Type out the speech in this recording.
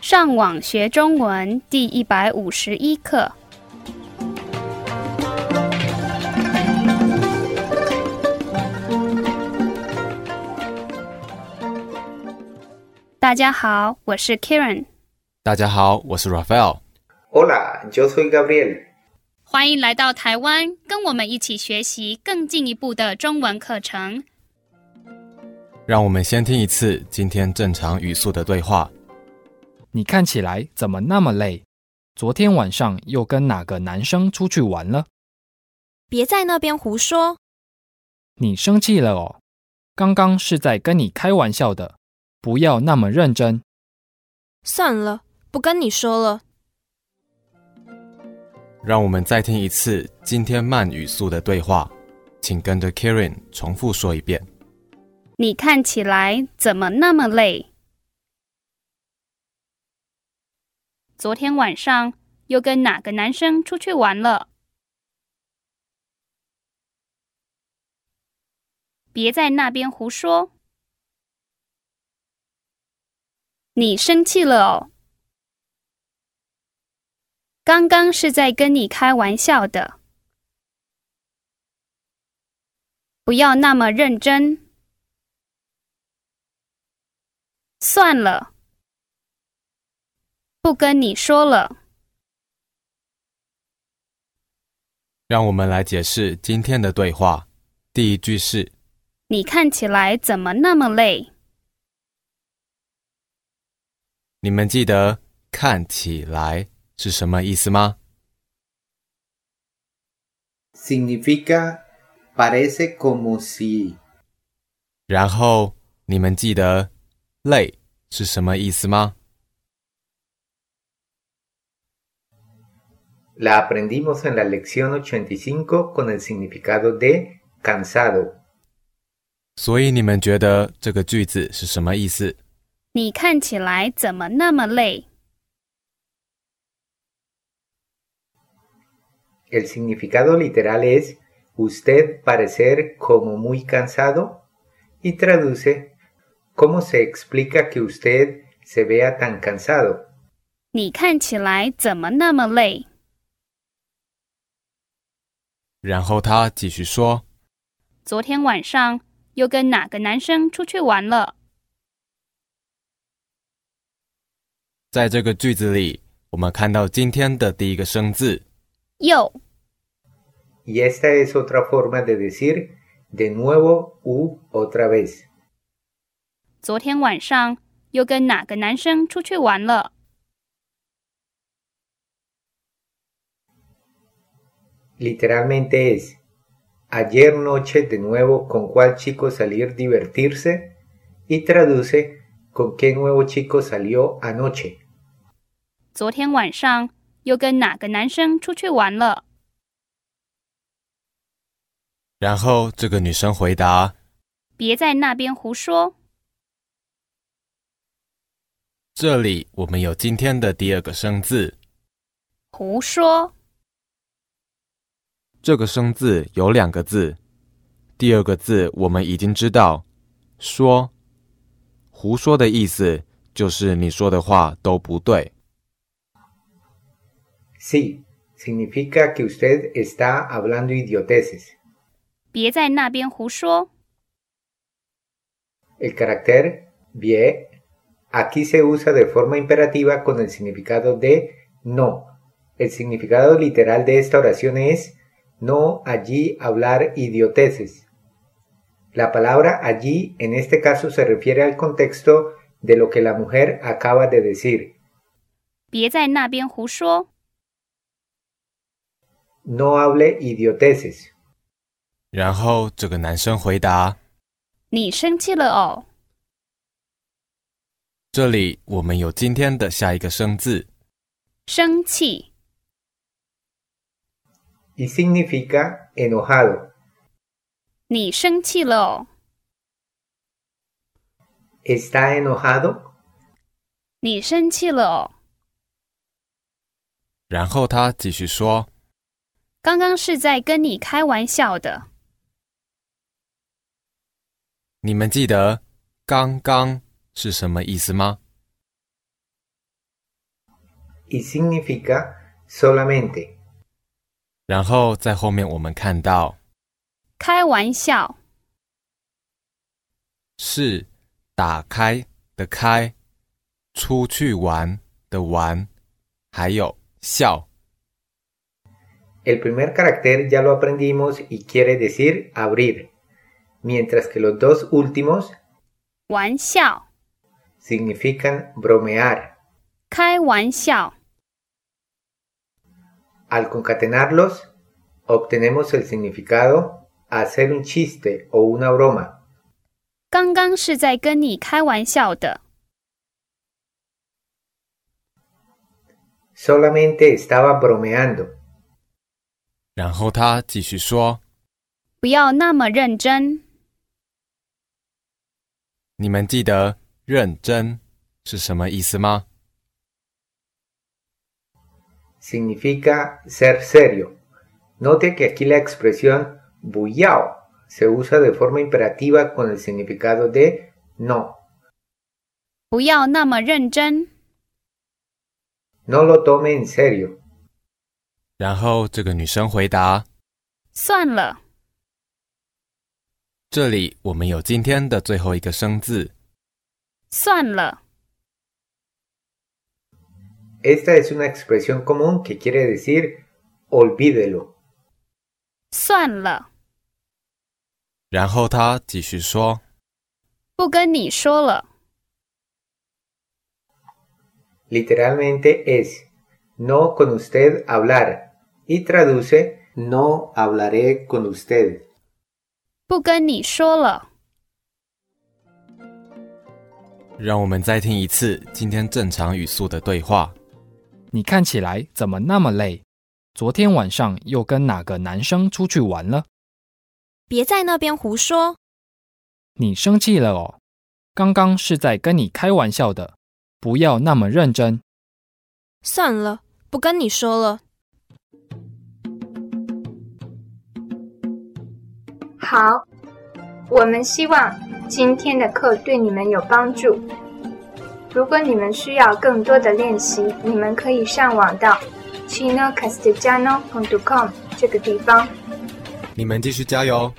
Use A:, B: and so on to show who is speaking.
A: 上网学中文第一百五十一课。大家好，我是 Karen，
B: 大家好，我是 Raphael。
C: Hola, yo soy Gabriel.
A: 欢迎来到台湾，跟我们一起学习更进一步的中文课程。
B: 让我们先听一次今天正常语速的对话。
D: 你看起来怎么那么累？昨天晚上又跟哪个男生出去玩了？
E: 别在那边胡说！
D: 你生气了哦？刚刚是在跟你开玩笑的，不要那么认真。
E: 算了，不跟你说了。
B: 让我们再听一次今天慢语速的对话，请跟着 Karen 重复说一遍。
A: 你看起来怎么那么累？昨天晚上又跟哪个男生出去玩了？别在那边胡说！你生气了哦？刚刚是在跟你开玩笑的，不要那么认真。算了，不跟你说了。
B: 让我们来解释今天的对话。第一句是
A: 你看起来怎么那么累？：“
B: 你们记得‘看起来’是什么意思吗
C: Significa parece como si？”
B: 然后你们记得“累”是什么意思吗？
C: la aprendimos en la lección 85 con el significado de cansado.
B: 所以你们觉得这个句子是什么意思？
A: 你看起来怎么那么累？
C: El significado literal es usted parecer como muy cansado y traduce cómo se explica que usted se vea tan cansado.
A: 你看起来怎么那么累？
B: 然后他继续说
A: 昨天晚上又跟哪个男生出去玩了？：“
B: 在这个句子里，我们看到今天的第一个生字
A: 又
C: Y esta es otra forma de decir de nuevo u otra vez.
A: 昨天晚上又跟哪个男生出去玩了？
C: Literalmente es ayer noche de nuevo con cuál chico salir divertirse y traduce con qué nuevo chico salió anoche.
A: 昨天晚上又跟哪个男生出去玩了？”
B: 然后这个女生回答
A: 别在那边胡说！：“
B: 这里我们有今天的第二个生字，
A: 胡说！
B: 这个生字有两个字，第二个字我们已经知道，说，胡说的意思就是你说的话都不对。
C: Sí, significa que usted está hablando idioteces.
A: 别在那边胡说！
C: El carácter bien aquí se usa de forma imperativa con el significado de no. El significado literal de esta oración es no allí hablar idioteces. La palabra allí en este caso se refiere al contexto de lo que la mujer acaba de decir.
A: 别在那边胡说！
C: No hable idioteces. ”
B: 然后这个男生回答
A: 你生气了哦？：“
B: 这里我们有今天的下一个生字，
A: 生气！
C: Y significa enojado.
A: 你生气了哦？
C: ¿Está enojado?
A: 你生气了哦？
B: 然后他继续说
A: 刚刚是在跟你开玩笑的，：‘
B: 你们记得‘刚刚’是什么意思吗
C: y significa solamente.
B: 然后在后面我们看到
A: 开玩笑，
B: 是打开的开，出去玩的玩，还有笑。
C: El primer carácter ya lo aprendimos y quiere decir abrir, mientras que los dos últimos
A: 玩笑，
C: significan bromear.
A: 开玩笑，
C: Al concatenarlos, obtenemos el significado hacer un chiste o una broma.
A: 刚刚是在跟你开玩笑的，
C: Solamente estaba bromeando.
B: 然后他继续说
A: 不要那么认真。：“
B: 你们记得认真是什么意思吗？
C: Significa ser serio. Note que aquí la expresión bullao se usa de forma imperativa con el significado de no.
A: 不要那么认真，
C: No lo tome en serio.
B: 然后这个女生回答
A: 算了，：“
B: 这里我们有今天的最后一个生字，
A: 算了，
C: Esta es una expresión común que quiere decir olvídelo.
A: 算了，
B: 然后他继续说
A: 不跟你说了。
C: Literalmente es no con usted hablar y traduce no hablaré con usted.
A: 不跟你说了，：‘
B: 让我们再听一次今天正常语速的对话。’
D: 你看起来怎么那么累？昨天晚上又跟哪个男生出去玩了？
E: 别在那边胡说！
D: 你生气了哦？刚刚是在跟你开玩笑的，不要那么认真。
E: 算了，不跟你说了。
F: 好，我们希望今天的课对你们有帮助。如果你们需要更多的练习，你们可以上网到 chinocastellano.com 这个地方。
B: 你们继续加油，